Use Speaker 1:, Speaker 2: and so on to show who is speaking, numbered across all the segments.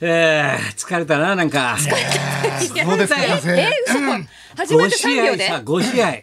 Speaker 1: えー、疲れたな、なんか。
Speaker 2: そうですか先
Speaker 3: え
Speaker 2: 生。
Speaker 3: 嘘始まっ
Speaker 1: 5
Speaker 3: て
Speaker 1: 試
Speaker 3: 3秒
Speaker 1: 合
Speaker 3: で
Speaker 1: さ、5試合。
Speaker 3: はい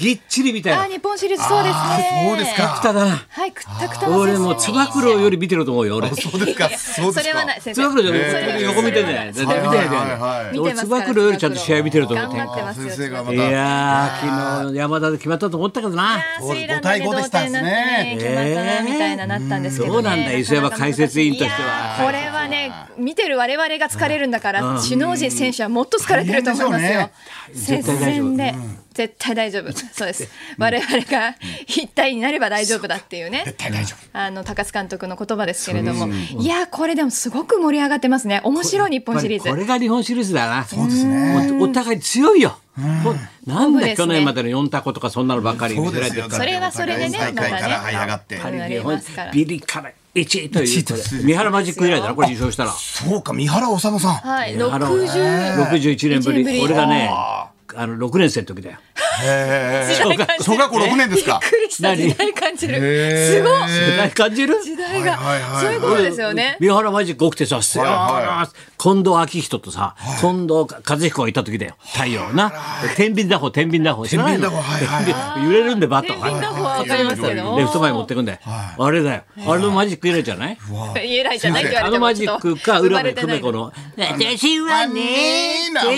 Speaker 1: ぎっちりみたい
Speaker 3: あ
Speaker 1: な
Speaker 3: ー。日本シリーズそうですね
Speaker 2: そうですか
Speaker 1: くただな。
Speaker 3: はいくったくたの
Speaker 1: 俺もう、つば九郎より見てると思うよ、俺。つ
Speaker 2: そうですか。そうで
Speaker 3: そ
Speaker 2: す
Speaker 3: れは
Speaker 2: か
Speaker 3: な。い先生
Speaker 1: ば九郎じゃ
Speaker 2: えー
Speaker 1: ない、俺横見てんじゃない。絶対見てないじゃ
Speaker 2: はいはいは
Speaker 1: な
Speaker 2: い
Speaker 1: い。
Speaker 3: 見て
Speaker 1: 俺、
Speaker 3: ます
Speaker 1: つば九郎よりちゃんと試合見てると思う
Speaker 3: 頑張って
Speaker 2: あ
Speaker 3: ますよ
Speaker 2: 先生がま
Speaker 1: い
Speaker 2: た。
Speaker 1: やー、昨日山田で決まったと思ったけどな。
Speaker 3: スリーランナーで同点になってね決まったなみたいななったんですけど、ね、
Speaker 1: そうなんだ磯山解説委員としてはい
Speaker 3: やーこれはね見てる我々が疲れるんだから、首脳陣選手はもっと疲れてると思いますよ、接
Speaker 1: 変でしょうね
Speaker 3: 戦で、絶対大丈夫そうです我々が一体になれば大丈夫だっていうね
Speaker 2: 大丈
Speaker 3: あの高津監督の言葉ですけれども、いやーこれでもすごく盛り上がってますね面白い日本シリーズ
Speaker 1: これが日本シリーズだな。そうですね。お互い強いよ。ほんなん
Speaker 3: そう
Speaker 1: だ
Speaker 3: ですね
Speaker 1: 去年までの4タコとかそんなのばっかり
Speaker 2: 夫。
Speaker 1: 見
Speaker 2: そう
Speaker 1: せら
Speaker 2: で
Speaker 1: れ
Speaker 2: す
Speaker 1: てる
Speaker 2: よ。
Speaker 1: から
Speaker 3: それはそれでね
Speaker 2: 大会から
Speaker 3: またね
Speaker 2: 這い上がって。
Speaker 3: い
Speaker 1: やっぱり
Speaker 3: ありますから
Speaker 1: ビリから1位ということで
Speaker 2: 1位と
Speaker 1: 三原マジック以来だなこれ優勝したら
Speaker 2: そうか、三原治さん。へ
Speaker 3: はい
Speaker 1: あの
Speaker 3: 60
Speaker 1: 61年ぶ
Speaker 3: 61年ぶ
Speaker 1: り
Speaker 3: り
Speaker 1: 俺がねあの6年生の時だよ
Speaker 2: え。
Speaker 3: 時代感じ
Speaker 2: 小学校六年ですか
Speaker 3: びっ。くりした時代感じる
Speaker 2: へー
Speaker 3: すごい
Speaker 1: 世代 感じる
Speaker 3: 時代が、
Speaker 2: はいはいはい
Speaker 3: そういうことですよね
Speaker 1: 三原マジック起きてさ、
Speaker 2: いは
Speaker 1: 近藤昭人とさ、近藤和彦がいた時だよ太陽なで天秤打法天秤打法知らないの
Speaker 2: 天秤打法はいはい
Speaker 1: 天秤 揺れるんでバット
Speaker 3: 天秤打法はわかりますけど
Speaker 1: レフト前持ってくんだよあれだよあれのマジック以来じゃない
Speaker 3: 言えないじゃないって言わ
Speaker 1: あの
Speaker 3: れても
Speaker 1: マ
Speaker 3: ち
Speaker 1: ジ
Speaker 3: ょ
Speaker 1: ッ
Speaker 3: っと
Speaker 1: クか
Speaker 3: 生
Speaker 1: 浦
Speaker 3: まれ
Speaker 1: 部
Speaker 3: てな
Speaker 1: 久
Speaker 3: い
Speaker 1: 美子の「私はね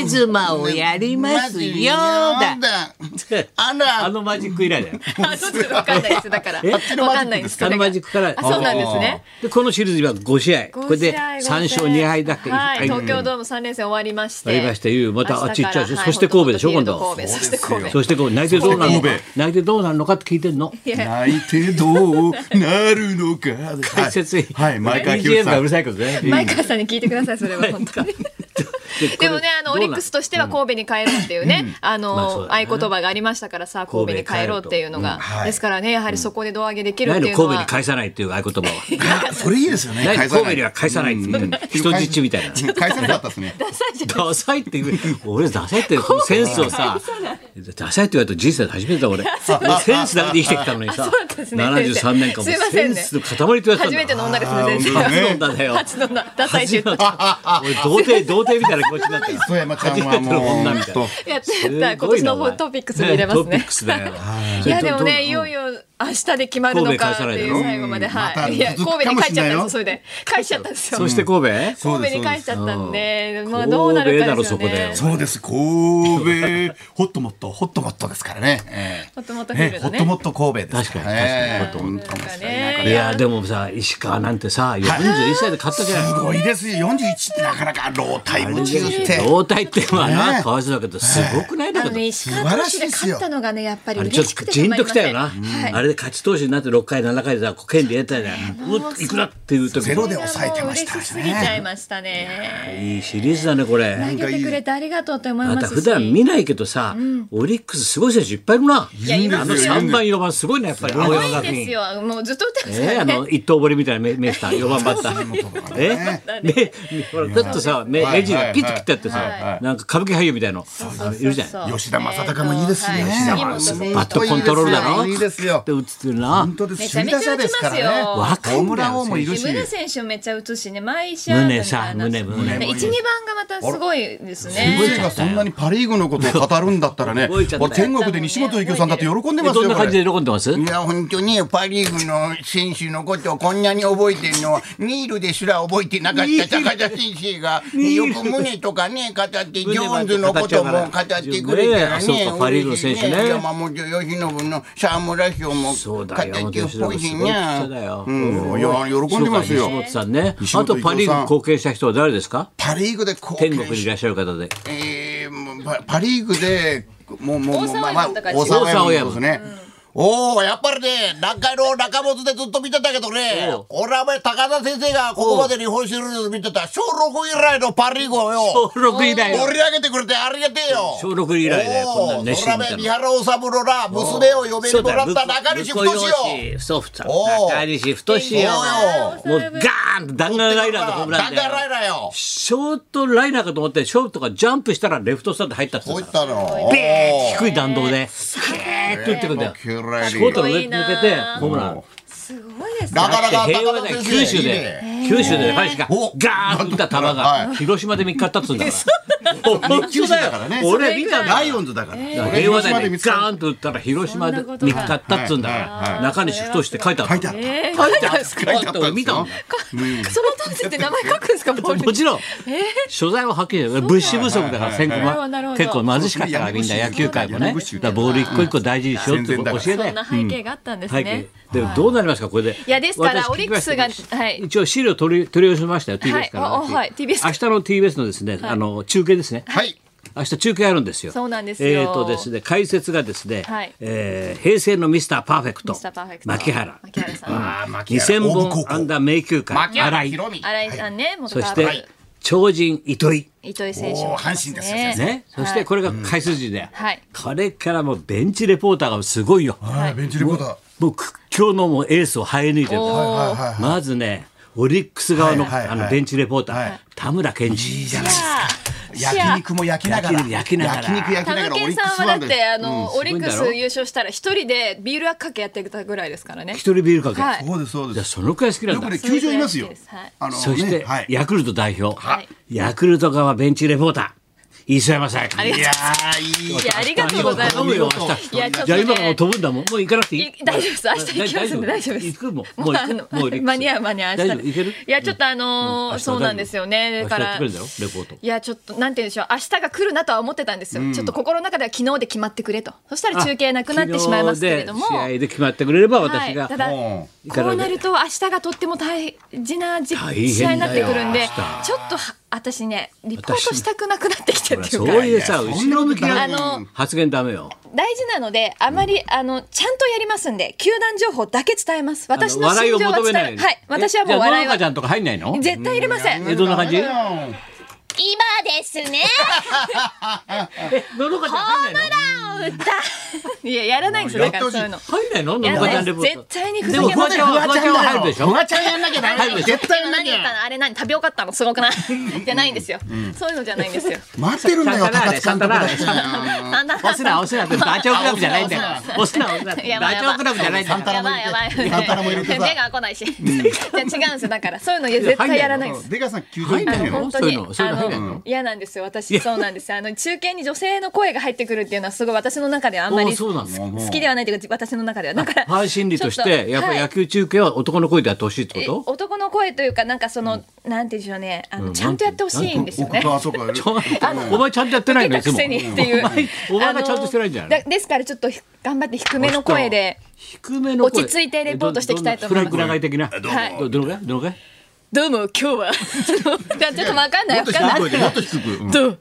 Speaker 1: 手妻をやりますよ」だ。
Speaker 2: あ ら
Speaker 1: あのマジック以来だよ。
Speaker 3: あちょっとわかんないですだから
Speaker 1: え
Speaker 3: わかんないです
Speaker 1: あのマジックから
Speaker 3: あそうなんですね
Speaker 1: でこのシリーズ今5試合これ
Speaker 3: 5
Speaker 1: で
Speaker 3: 試合
Speaker 1: 3勝2敗だっけ
Speaker 3: はい、
Speaker 1: 1
Speaker 3: 東京ドーム三連戦終わりまして
Speaker 1: 終わりましていうまた
Speaker 3: 明日
Speaker 1: あっち行っちゃうでしょ
Speaker 3: から
Speaker 1: そして神戸でしょ
Speaker 3: はい
Speaker 1: 今度
Speaker 3: ホットフィールド神戸そして神戸
Speaker 1: そしてこう泣いてどうなるのか泣いてどうなるのかって聞いてんの。
Speaker 2: 泣いてどうなるのか。
Speaker 1: 解説員
Speaker 2: はい、毎 回
Speaker 1: BGM がうるさいけどね。
Speaker 3: 前川さんに聞いてくださいそれは本当にでもねあのオリックスとしては神戸に帰ろうっていうね、あ
Speaker 1: まあそう
Speaker 3: の
Speaker 1: だね
Speaker 3: 合言葉がありましたからさ神戸に帰ろうっていうのが、
Speaker 2: うん
Speaker 3: ですからねやはりそこで胴上げできるっ
Speaker 1: 何の
Speaker 3: ていうの
Speaker 1: 神戸に
Speaker 3: は
Speaker 1: 返さないっていう合言葉は。
Speaker 2: それいいですよね。
Speaker 1: 何
Speaker 2: 返さ
Speaker 1: 神
Speaker 2: ない
Speaker 1: 戸には返さないって言って人質みたいな。
Speaker 2: 返さなかっ たですね。
Speaker 1: ダサいって言う俺ダサいってそのセンスをさダサいって言われたら人生で初めてだ俺俺センスだけで生きてきたのにさ
Speaker 3: そうなんですね
Speaker 1: 73年間も
Speaker 3: すいませ
Speaker 1: セ
Speaker 3: ん
Speaker 1: ン
Speaker 3: ね
Speaker 1: スの塊って言われてたんだ
Speaker 3: 初めての女ですね先生
Speaker 1: 初の女だよ
Speaker 3: 初の女ダサいって言った
Speaker 1: 俺童貞童貞みたいな気持ちになってる
Speaker 2: 磯山ちゃんはもう
Speaker 1: 女みたいな
Speaker 2: 本
Speaker 3: やってた今年
Speaker 1: す
Speaker 3: の
Speaker 1: ごいなお前
Speaker 3: トピックスに入れます
Speaker 1: トピ
Speaker 3: ね
Speaker 1: ックスだよ
Speaker 3: いやでも
Speaker 1: それ
Speaker 3: ね
Speaker 1: と
Speaker 3: いよいよ明日で決まるのかっていう最後まで、
Speaker 2: うんまた
Speaker 3: はい、いや
Speaker 2: 続く
Speaker 3: 神戸
Speaker 2: か
Speaker 3: に
Speaker 2: も
Speaker 3: 帰っ
Speaker 2: し
Speaker 3: ち
Speaker 2: れ
Speaker 3: ゃっ
Speaker 2: ない
Speaker 3: たん
Speaker 2: よ
Speaker 3: ですそれで帰っちゃったんですよ
Speaker 1: そして神戸
Speaker 2: そうで
Speaker 3: 神
Speaker 2: す
Speaker 3: 戸に帰っちゃったんで、
Speaker 1: うん
Speaker 3: まあどうなるかですよ
Speaker 1: 神戸だろ
Speaker 3: ね
Speaker 1: そ。
Speaker 2: そうです神戸ホットモットホットモットですからね。ええ
Speaker 3: ホットモットフィールド
Speaker 2: ええホッ
Speaker 3: ね
Speaker 2: トモット神戸です
Speaker 1: 確かに
Speaker 2: ええ
Speaker 1: 確かにホット
Speaker 3: モット
Speaker 2: 本当に面白いなこ
Speaker 1: い
Speaker 2: れ
Speaker 1: やでもさ石川なんてさ41歳で勝ったじゃない
Speaker 2: すごいですよ41ってなかなかロータイム中って。
Speaker 1: 老体ってのは
Speaker 2: ね
Speaker 1: なかわいそうだけどすごくないだ
Speaker 3: あ
Speaker 1: け
Speaker 3: の
Speaker 1: ど
Speaker 3: ね、石川投手で勝ったのがね、やっぱり
Speaker 1: あれちょ
Speaker 3: 嬉
Speaker 1: っ
Speaker 3: しく
Speaker 1: と
Speaker 3: て
Speaker 1: ジン
Speaker 3: たまり
Speaker 1: と
Speaker 3: ま
Speaker 1: き
Speaker 3: せ
Speaker 1: た
Speaker 3: ん
Speaker 1: よな、
Speaker 3: はい。
Speaker 1: あれで勝ち投手になって6回7回でさこう権利得たよねうっいくらっていう時
Speaker 2: ゼロで抑えてまし
Speaker 3: もう
Speaker 2: た
Speaker 3: 嬉し
Speaker 2: し
Speaker 3: すぎちゃい
Speaker 2: ね。
Speaker 3: ましたね。
Speaker 1: いいシリーズだねこれ
Speaker 3: 投げてくれてありがとうと思い
Speaker 1: ま
Speaker 3: ま
Speaker 1: た
Speaker 3: すし。
Speaker 1: 普段見ないけどさ、オリックスすごい選手いっぱいいるない
Speaker 2: やい
Speaker 1: あ
Speaker 2: ま
Speaker 1: の
Speaker 2: すよ
Speaker 1: 3番4番すごいねやっぱり青
Speaker 3: 多
Speaker 1: 山
Speaker 3: いん
Speaker 1: 学
Speaker 3: です
Speaker 1: 院
Speaker 3: よ。もうずっと打ってますか
Speaker 1: ええ
Speaker 3: ら
Speaker 1: あの
Speaker 3: ね。
Speaker 1: 一等堀みたいなメメスター4番バッターえねほら だってさ目
Speaker 2: はい
Speaker 1: 目尻がピッと切ってあってさ、
Speaker 2: はいはい
Speaker 1: なんか歌舞伎俳優みたいのあのいるじゃん
Speaker 2: 吉田正尚もいいですね。
Speaker 3: えーとはい
Speaker 2: 吉田
Speaker 3: 杉本選手
Speaker 1: バットコントロールだろ
Speaker 2: いいですよ
Speaker 1: で。打つってるな
Speaker 2: 本当です。
Speaker 3: めちゃめちゃ打
Speaker 2: 首打者
Speaker 3: ちますよ
Speaker 2: ですからね
Speaker 1: 若いんだよ
Speaker 2: ホームラン王もいるし。
Speaker 3: 宗選手もめっちゃ打つしね、毎試合
Speaker 1: 胸さ胸胸
Speaker 3: 1、2番がまたすごいです
Speaker 2: 先
Speaker 3: ね。
Speaker 2: 生がそんなにパ・リーグのことを語るんだったらね、
Speaker 1: 動いちゃった
Speaker 2: 俺天国で西本幸雄さんだって喜んで
Speaker 1: え
Speaker 2: ます
Speaker 1: どん
Speaker 2: よ、
Speaker 1: な
Speaker 2: こ
Speaker 1: 感じ
Speaker 2: れ。
Speaker 1: で喜んでます
Speaker 4: いや本当にパ・リーグの選手のことをこんなに覚えてるのはニールですら覚えてなかった高田先生がよく胸とかね語ってジョーンズのことも語ってくれたら
Speaker 1: ねえ
Speaker 4: ね
Speaker 1: そうかパリーグの選手ね
Speaker 4: 嬉しい山本由伸の沢村賞も
Speaker 1: そ
Speaker 4: 語
Speaker 1: うだよ、山
Speaker 4: っ
Speaker 1: 本
Speaker 4: て
Speaker 1: 由
Speaker 4: っぽ
Speaker 1: 伸
Speaker 4: いし
Speaker 1: すごい人だ
Speaker 4: ね。
Speaker 1: よ。
Speaker 2: うんいや喜んでます
Speaker 1: そう
Speaker 2: よ
Speaker 1: か。西本さんね。
Speaker 2: 西
Speaker 1: あ
Speaker 2: 本
Speaker 1: とパリーグ貢献した人は誰ですか？
Speaker 2: パ・リーグでこう
Speaker 1: 天国にいらっしゃる方で。
Speaker 2: えーもうパ・パリーグでもうもうも
Speaker 3: 大
Speaker 2: う
Speaker 3: 沢
Speaker 2: まあまあ
Speaker 3: 山とか
Speaker 2: 大沢
Speaker 1: 大沢
Speaker 2: 山
Speaker 1: 山
Speaker 2: ですね。おおやっぱりね中野中本でずっと見てたけどね
Speaker 1: おう
Speaker 2: 俺はお前高田先生がここまで日本シリーズ見てた小6以来のパ・リーグをよ
Speaker 1: 小六以来。
Speaker 2: 盛り上げてくれてありがてえよ
Speaker 1: 小6以来だよこんな熱心みたいな
Speaker 2: おーそらべ三原治のな娘を嫁にもらった中西太志よ
Speaker 1: ソフト。
Speaker 2: おう
Speaker 1: 中西太志よ。もうガーンと弾丸ライナーのホームラン
Speaker 2: 弾丸ライ
Speaker 1: で。
Speaker 2: ナーよ
Speaker 1: ショートライナーかと思ってショートがジャンプしたらレフトスタンド入ったって
Speaker 2: こうい
Speaker 1: 言っ
Speaker 2: って
Speaker 1: た
Speaker 2: たの
Speaker 1: ビーッ低い弾道で。キーッと打ってくんだよ。シ
Speaker 2: キュレリ
Speaker 1: ョートの上抜けてホームラン。
Speaker 3: すごいでです
Speaker 5: な
Speaker 3: か。
Speaker 5: かなか
Speaker 1: 平和だ
Speaker 5: 高田
Speaker 1: よ
Speaker 5: 先生
Speaker 1: 九州
Speaker 5: いい
Speaker 1: で
Speaker 5: ね
Speaker 1: 九州で阪神が
Speaker 5: お
Speaker 1: ガーンと打った球が
Speaker 5: はい
Speaker 1: 広島で3日経つんだから本
Speaker 2: 九
Speaker 1: 当だ
Speaker 2: 州だ
Speaker 1: よ
Speaker 2: からね
Speaker 1: 俺見たんだ
Speaker 2: ラ
Speaker 1: か
Speaker 2: イオンズだから、
Speaker 1: ら
Speaker 2: 俺
Speaker 1: 平和
Speaker 2: 広島
Speaker 1: で
Speaker 2: 見
Speaker 1: ね
Speaker 2: つか
Speaker 1: ガーンと打ったら広島で
Speaker 3: そんなことが
Speaker 1: 3日経つんだか
Speaker 2: はい
Speaker 1: ら中西太って書いてあった
Speaker 2: 書いてあった、
Speaker 3: えー
Speaker 1: 書いてあった
Speaker 2: 書いてあったんですよ
Speaker 1: 見たもん
Speaker 3: その当時って名前書くんですか、ボールに
Speaker 1: もちろん所在ははっきり言う物資不足だから戦後
Speaker 3: はいはいなる
Speaker 1: は
Speaker 3: ほど
Speaker 1: 結構貧しかったからみんな野球界もね
Speaker 2: 闇物資
Speaker 1: だからボール一個一個大事にしようって教え
Speaker 3: そ
Speaker 1: たよ
Speaker 3: んな背景があったんです
Speaker 1: はい、
Speaker 3: ね。
Speaker 1: でもどうなりますか、これで。い
Speaker 3: やですからオリックスがはい
Speaker 1: 一応資料取り、取り寄せましたよ、TBS から。
Speaker 3: あはい TBS
Speaker 1: 明日の TBS のですね、あの、中継ですね。
Speaker 2: はい
Speaker 1: 明日中継あるんですよ。
Speaker 3: そうなんですよ
Speaker 1: えっ、とですね、解説がですね、
Speaker 3: はい
Speaker 1: えー平成のミスターパーフェクト。
Speaker 3: ミスターパーフェクト
Speaker 1: 牧原。
Speaker 3: 牧原さん
Speaker 1: あー
Speaker 2: 牧原
Speaker 1: 2000
Speaker 2: 大武高
Speaker 1: 本
Speaker 2: 校
Speaker 1: 安打名球会。
Speaker 2: 槙原
Speaker 1: 荒井。
Speaker 2: 博美
Speaker 3: 新井さんね、元
Speaker 1: そ
Speaker 3: カ
Speaker 1: し
Speaker 3: ープ
Speaker 1: て、超人糸井。
Speaker 3: 糸井選手
Speaker 2: お
Speaker 3: も
Speaker 2: ー阪神ですよ先生
Speaker 1: ね、そしてこれが解説陣で、
Speaker 3: はい
Speaker 1: これからもうベンチレポーターがすごいよ。
Speaker 2: はいベンチリポーター
Speaker 1: もう屈強のもうエースを生え抜いてるから
Speaker 3: おー
Speaker 2: はいはい
Speaker 1: まずね、オリックス側の,、
Speaker 2: はいはいはい
Speaker 1: あのベンチレポーター、
Speaker 2: はい
Speaker 1: 田村健二。
Speaker 2: いいじゃない
Speaker 3: いやー
Speaker 2: 焼肉も焼きながら
Speaker 1: 焼き肉焼きながら
Speaker 2: 焼肉焼き
Speaker 3: 田
Speaker 2: ながら
Speaker 3: 中
Speaker 2: オリックス
Speaker 3: さ
Speaker 2: フ
Speaker 3: んは
Speaker 2: ァン
Speaker 3: だっ
Speaker 2: で
Speaker 3: てあの、
Speaker 1: うん
Speaker 3: オリ
Speaker 1: すごいん
Speaker 3: ック
Speaker 1: だ
Speaker 3: ス
Speaker 1: ろ
Speaker 3: 優勝したら一人でビールあっかけやってたぐらいですからね
Speaker 1: 一。人ビールかけ。
Speaker 3: はい
Speaker 2: そうですそう
Speaker 1: じ
Speaker 2: で
Speaker 1: ゃあ
Speaker 2: す
Speaker 1: そのくらい好きなん
Speaker 2: よ
Speaker 1: だ
Speaker 2: く。ね球場いますよ
Speaker 3: そういうぐらいです
Speaker 2: あの
Speaker 1: そして、
Speaker 2: ねはい
Speaker 1: ヤクルト代表、
Speaker 3: はい
Speaker 1: ヤクルト側ベンチレポーター、磯山さん。
Speaker 3: ありが
Speaker 2: いやーいい
Speaker 3: いやありがとうございます
Speaker 1: 頼むよ明日
Speaker 3: いやちょっ
Speaker 1: じ
Speaker 3: と
Speaker 1: ゃあ
Speaker 3: ね
Speaker 1: 今からもう飛ぶんだもん。もう行かなくていい。
Speaker 3: い大丈夫です明日行きますんで
Speaker 1: だ
Speaker 3: 大丈夫です
Speaker 1: 行くもん。
Speaker 3: も
Speaker 1: も
Speaker 3: う
Speaker 1: う
Speaker 3: あ
Speaker 1: 行
Speaker 3: の
Speaker 1: く。もう行く
Speaker 3: 間に合う間に合う。
Speaker 1: 大丈夫行ける？
Speaker 3: いやちょっとあのー
Speaker 1: うん
Speaker 3: そうなんですよね。
Speaker 1: 明日
Speaker 3: だ
Speaker 1: やっ
Speaker 3: から
Speaker 1: てくれるんだよレポート
Speaker 3: いやちょっとなんて言うんでしょう明日が来るなとは思ってたんですよ。ちょっと心の中では昨日で決まってくれと。そしたら中継なくなってしまいますけれども。
Speaker 1: 昨日で試合で決まってくれれば
Speaker 3: は
Speaker 1: 私
Speaker 3: い、
Speaker 1: が。
Speaker 3: ただ
Speaker 2: も
Speaker 3: こ
Speaker 1: う行かないう
Speaker 3: なると明日がとっても大事なじ
Speaker 1: 大変だよ
Speaker 3: 試合になってくるん
Speaker 1: 明
Speaker 3: で
Speaker 1: 日
Speaker 3: ちょっとは私ねリポートしたくなくなってきてってい
Speaker 1: そうう
Speaker 3: か
Speaker 1: いうさ
Speaker 2: いや
Speaker 1: 後ろ向き
Speaker 3: あの
Speaker 1: な発言ダメよ。
Speaker 3: 大事なのであまり、あのちゃんとやりますんで球団情報だけ伝えます私の
Speaker 1: 笑いを
Speaker 3: 心情は
Speaker 1: 求め
Speaker 3: 伝
Speaker 1: な
Speaker 3: え
Speaker 1: い。
Speaker 3: はい私はもう笑いは
Speaker 1: ちゃんとか入んないの？
Speaker 3: 絶対入れません
Speaker 1: えどんな感じ？
Speaker 3: 今ですね
Speaker 1: のどかちゃん入んないの？
Speaker 3: 歌 いややらないんですよだからそういうの
Speaker 1: 入んないの？の
Speaker 3: や
Speaker 1: ど
Speaker 3: ら
Speaker 1: かちゃんレ
Speaker 3: ないです
Speaker 1: ポート
Speaker 3: 絶。対にふ
Speaker 1: で
Speaker 3: ざ
Speaker 1: も
Speaker 3: け
Speaker 1: フワ
Speaker 3: ませ
Speaker 1: ち
Speaker 3: ん
Speaker 1: ゃんはフワちゃんは入るでしょ？
Speaker 2: ちゃんやんなきゃダ
Speaker 1: 入るでしょ？
Speaker 2: 絶対やんな
Speaker 3: 何
Speaker 2: き
Speaker 3: 言った
Speaker 2: ゃ
Speaker 3: のあれ何タピオカったのすごくないじゃないんですよ、そういうのじゃないんですよ
Speaker 2: 待ってるんだよ
Speaker 1: サンタナーレ
Speaker 2: 高津監督だけ
Speaker 1: サン
Speaker 3: なんだ
Speaker 1: オスナオスナ ってダチョウ倶楽部じゃないんだよ。オスナオスナダチ
Speaker 3: やばいやば
Speaker 1: ョ
Speaker 3: い
Speaker 1: ウ倶楽部じゃないんだ
Speaker 2: サンタ
Speaker 1: よ。
Speaker 2: ナ
Speaker 3: や
Speaker 2: も
Speaker 3: ばいやばい
Speaker 2: 入れてサンタナも入れてさ
Speaker 3: 目が来ないしじゃあ違うんですよだからそういうの絶対やらないんです
Speaker 2: 出川さん球場
Speaker 1: 入ん
Speaker 2: 行っ
Speaker 1: な
Speaker 2: てん
Speaker 1: い
Speaker 2: のよ
Speaker 1: の？
Speaker 3: 本当
Speaker 1: そういう
Speaker 3: に
Speaker 1: のそういうの入んない
Speaker 3: あ
Speaker 1: の？
Speaker 3: の嫌なんですよ私そうなんですよあの中継に女性の声が入ってくるっていうのはすごい私の中ではあんま
Speaker 1: あ
Speaker 3: り
Speaker 1: そうなの
Speaker 3: す好きではないというか私の中ではだから
Speaker 1: ファン心理とし
Speaker 3: ちょっと
Speaker 1: てやっぱり
Speaker 3: は
Speaker 1: 野
Speaker 3: い
Speaker 1: 球中継は男の声でやってほしいって
Speaker 3: え
Speaker 1: こ
Speaker 3: 男の声というかなんかそのなんて言うんでしょうねあのちゃんとやってほしいんですよね
Speaker 2: あそうか
Speaker 1: と？お前ちゃんとやってないの
Speaker 3: 出
Speaker 1: い
Speaker 3: た
Speaker 1: つ
Speaker 3: く
Speaker 1: も
Speaker 3: せ。にっていう
Speaker 1: お前お前がちゃんとしてないんじゃないの
Speaker 3: あのだですからちょっと頑張って低めの声で
Speaker 1: 低めの声
Speaker 3: 落ち着いてレポートしていきたいと思いま
Speaker 1: ど
Speaker 3: す
Speaker 1: んなフランク長い的な。
Speaker 3: はい
Speaker 1: どどのぐらいどのぐらい
Speaker 3: どうも今日は あのじゃあちょっとわかんないわかんない
Speaker 2: 声でもっと低くうん
Speaker 3: どう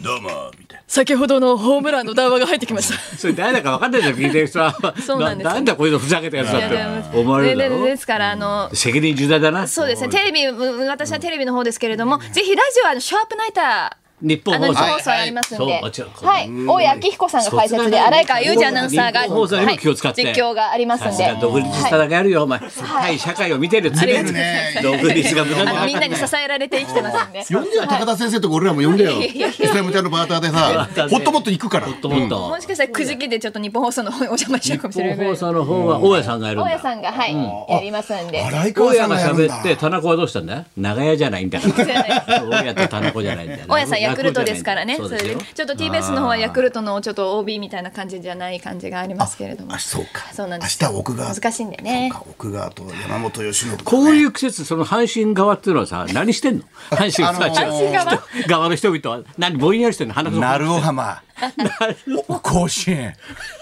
Speaker 2: どうもみたい
Speaker 3: 先ほどのホームランの談話が入ってき ました。
Speaker 1: それ誰だか分かんないじゃん聞いてる人は
Speaker 3: そうなんですよ
Speaker 1: んだこういうのふざけたやつだって思われるだ
Speaker 3: でで
Speaker 1: ろ
Speaker 3: ですからあの。
Speaker 1: 責任重大だな
Speaker 3: そうですね、テレビ、うん私はテレビの方ですけれども、ぜひラジオはあのシャープナイター。
Speaker 1: 日本
Speaker 3: あの
Speaker 1: 放
Speaker 3: 日
Speaker 1: 送
Speaker 3: 本放送やりますんで、
Speaker 1: は
Speaker 3: はい
Speaker 1: そうもちろん
Speaker 3: い、大井昭彦さんが解説で、
Speaker 1: そう
Speaker 3: 荒井川裕二アナウンサーが、
Speaker 1: 日本放送より
Speaker 3: は
Speaker 1: も気を使って
Speaker 3: 実況がありますんで。
Speaker 1: さすが独立しただけあるよお前対社会を見てる常
Speaker 3: ありがと
Speaker 1: に
Speaker 3: うござい
Speaker 1: 独立が無駄
Speaker 3: あ
Speaker 1: に
Speaker 3: のみんなに支えられて生きてますんで。
Speaker 2: 呼んでは高田先生とか俺らも呼んでよ
Speaker 3: いやいやいや
Speaker 2: 磯山ちゃんのバーターでさ
Speaker 1: ターで
Speaker 2: ほっともっと行くから
Speaker 1: ともっと
Speaker 3: もしかしたらくじきでちょっと日本放送の方にお邪魔しちゃうかもし
Speaker 1: 日
Speaker 3: れな
Speaker 1: 本放
Speaker 3: いぐらい。
Speaker 1: 送の方は大家さんがやるん
Speaker 3: 大家
Speaker 1: だ
Speaker 3: さんが、はい、やりますんで。
Speaker 2: 荒井
Speaker 1: 大
Speaker 2: 川
Speaker 1: 家
Speaker 2: さん
Speaker 1: が
Speaker 2: がやるん
Speaker 1: 喋っ
Speaker 2: だ
Speaker 1: て田中はどうしたんだよ長屋じゃないんだから
Speaker 3: じゃない
Speaker 1: 大家と田中じゃないん だよ
Speaker 3: 大家さんヤクルトですからね。
Speaker 1: そう
Speaker 3: そ
Speaker 1: で
Speaker 3: れ
Speaker 1: す
Speaker 3: で
Speaker 1: よ
Speaker 3: ちょっと TBS の方はヤクルトのちょっと OB みたいな感じじゃない感じがありますけれども
Speaker 2: あ。そうか
Speaker 3: そうなんです
Speaker 2: 明日は奥川
Speaker 3: 難しいんでね
Speaker 2: そうか奥川と山本由伸
Speaker 1: こういう季節、その阪神側っていうのはさ、何してんの阪神さ、
Speaker 2: あのー
Speaker 3: 阪神側
Speaker 1: 人側の人々は、何、ぼんやりしてんの鼻くそ
Speaker 2: 鳴尾浜お甲子園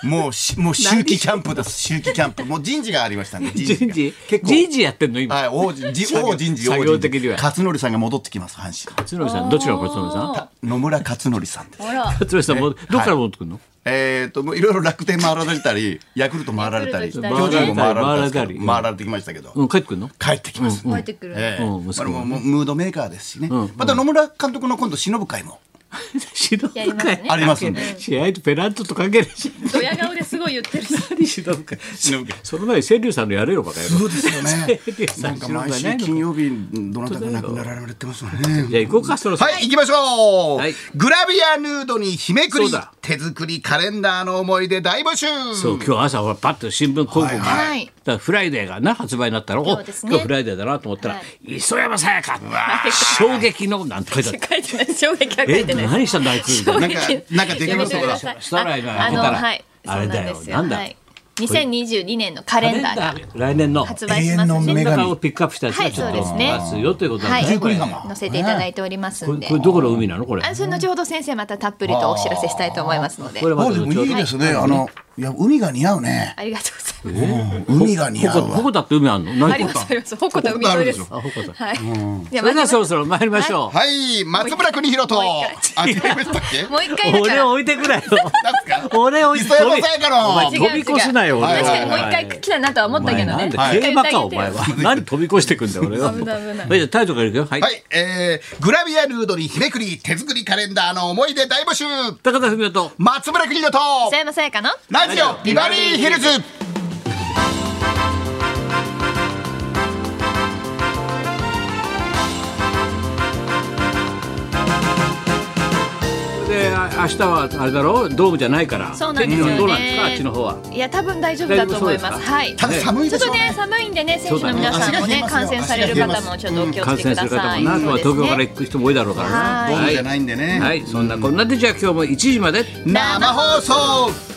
Speaker 2: もうしもう秋季キャンプです秋季キャンプもう人事がありましたんで
Speaker 1: 人
Speaker 2: が
Speaker 1: 事
Speaker 2: 結構
Speaker 1: 人事やってんの今。
Speaker 2: はい王子じ王人事王
Speaker 1: 作業
Speaker 2: 人
Speaker 1: 的に
Speaker 2: 事
Speaker 1: は
Speaker 2: 勝則さんが戻ってきます阪神
Speaker 1: 勝則さん、どちらの勝則さん
Speaker 2: た野村勝則さんです
Speaker 3: ほら。
Speaker 1: 勝則さん、もうどっから戻ってくるの
Speaker 2: えー、ともういろいろ楽天回られた りヤクルト回られたり
Speaker 3: ヤ
Speaker 2: 巨
Speaker 3: クルト行きたい
Speaker 2: 人も回られ
Speaker 1: 回られた
Speaker 2: たり
Speaker 1: り
Speaker 2: 回られてきましたけど、
Speaker 1: うん、帰ってくるの
Speaker 2: 帰ってきます、
Speaker 3: 覚えてくる。
Speaker 2: ええ
Speaker 1: うん息子も
Speaker 2: まあもうムードメーカーですしね、また野村監督の今度忍ぶ会も
Speaker 1: 指導
Speaker 3: やりますね
Speaker 1: 会
Speaker 2: ありますんで、
Speaker 1: 試合とペナントと関係ないし。
Speaker 3: ドヤ顔ですごい言ってるし。
Speaker 1: 何しのぶか。その前に千柳さんのやれよバカ野郎。
Speaker 2: そうですよね
Speaker 1: 千柳。さ
Speaker 2: なんんか
Speaker 1: 忍
Speaker 2: 毎
Speaker 1: ぶ
Speaker 2: 週
Speaker 1: がない
Speaker 2: 金
Speaker 1: のか
Speaker 2: 曜日どなたか亡くなられてますもんね。
Speaker 1: じゃあ行こうかそろそろ。
Speaker 2: はい、行きましょう、
Speaker 1: はい
Speaker 2: グラビアヌードに日めく
Speaker 1: そ
Speaker 2: り
Speaker 1: うだ、
Speaker 2: 手作りカレンダーの思い出大募集
Speaker 1: そう今日朝ほらパッと新聞広告が、
Speaker 3: はい
Speaker 1: だからフライデーがな発売になったの、
Speaker 3: そ
Speaker 1: お
Speaker 3: うですね
Speaker 1: 今日フライデーだなと思ったら、
Speaker 3: は
Speaker 1: 磯山さやか 衝撃のなんて書いてあった
Speaker 3: 書いてない。衝撃は書
Speaker 1: え
Speaker 3: いてない。
Speaker 1: 何したんだあいつみたいな
Speaker 2: なんかなんかでき
Speaker 3: や
Speaker 2: ま
Speaker 3: め
Speaker 2: す
Speaker 3: て
Speaker 2: か
Speaker 3: く
Speaker 2: ら
Speaker 3: ださい。
Speaker 1: したらいいな
Speaker 3: ああ
Speaker 1: や
Speaker 3: の
Speaker 1: めたら
Speaker 3: はい。
Speaker 1: あれだよ
Speaker 3: そう
Speaker 1: なんだ
Speaker 3: はい2022年のカレンダーが
Speaker 1: 来年の
Speaker 3: 発売しま
Speaker 2: 永遠
Speaker 3: す
Speaker 2: の女
Speaker 3: ね。
Speaker 2: 神
Speaker 1: をピックアップしたやつ
Speaker 3: は
Speaker 1: が
Speaker 3: い
Speaker 1: ちょっ
Speaker 3: そう
Speaker 1: と
Speaker 3: ですね
Speaker 1: 出すよということなん
Speaker 3: はい
Speaker 1: ですねこれね
Speaker 3: 載せていただいております
Speaker 1: こ
Speaker 3: ん
Speaker 1: れ
Speaker 3: で
Speaker 1: こ。れどこの海なのこれ
Speaker 3: あそれ後ほど先生またたっぷりとお知らせしたいと思いますので
Speaker 1: こ。れま
Speaker 2: あ
Speaker 1: た
Speaker 2: で
Speaker 1: 後
Speaker 2: も
Speaker 1: ほど
Speaker 2: いいですね、あのいや海が似合うね
Speaker 3: ありがとうございます。
Speaker 2: 海が似合
Speaker 1: こ
Speaker 2: う
Speaker 1: こ
Speaker 2: わ
Speaker 1: ここだって海あんの何
Speaker 3: あり
Speaker 1: こ
Speaker 3: ま
Speaker 1: こ
Speaker 3: す
Speaker 1: か
Speaker 3: あります。ほこと海沿いです。
Speaker 2: ほこ
Speaker 3: はい。じゃあ
Speaker 1: それでは
Speaker 3: まず
Speaker 1: そろそろ参りましょう、
Speaker 2: はい松村邦洋と
Speaker 3: もう一
Speaker 2: あ違いましたっけ
Speaker 3: もう一回だか
Speaker 1: 俺
Speaker 3: ら。
Speaker 1: を置いてくれよ
Speaker 2: なんすか
Speaker 1: 俺を置いて
Speaker 2: 磯山さやかの
Speaker 3: 違う
Speaker 1: 飛び越すなよ
Speaker 3: 違う
Speaker 1: 俺は
Speaker 3: 確かにもう一回来たなとは思ったけどね。
Speaker 1: お前なんで競馬かお前は。何飛び越してくんだよ俺は。
Speaker 3: 危ない危ない
Speaker 1: はいじゃあタイトルからいくよ。はい。
Speaker 2: はい、えー、グラビアヌードに日めくり手作りカレンダーの思い出大募集
Speaker 1: 高田文夫と。
Speaker 2: 松村邦洋と
Speaker 3: 磯山さやかの。
Speaker 2: ラジオビバリーヒルズ
Speaker 1: であ明日はあれだろドームじゃないから。
Speaker 3: そうなんですよ
Speaker 1: 天気は
Speaker 3: ね。
Speaker 1: どうなんですかあっちの方は。
Speaker 3: いや多分大丈夫だと思い
Speaker 1: 大丈
Speaker 3: ま
Speaker 1: 夫そうです
Speaker 3: す。
Speaker 1: か
Speaker 3: はい。
Speaker 2: ただ寒い
Speaker 3: ち
Speaker 2: で
Speaker 3: ょっ
Speaker 2: しょ
Speaker 3: とね寒いんでね選手の皆さんもね
Speaker 2: そうだね
Speaker 3: 感染される方もちょっとお気をつ
Speaker 1: 感
Speaker 3: けく
Speaker 1: 染す
Speaker 3: だ
Speaker 1: る方
Speaker 3: さ
Speaker 1: も
Speaker 3: い。
Speaker 1: なくは東
Speaker 3: そう
Speaker 1: 京
Speaker 3: ですね
Speaker 1: から行く人も多いだろうからね。
Speaker 3: は
Speaker 2: ドーム
Speaker 1: はい
Speaker 2: じゃないんでね、
Speaker 1: はいそんなこんなでじゃあ今日も1時まで。
Speaker 2: 生放送
Speaker 6: 放送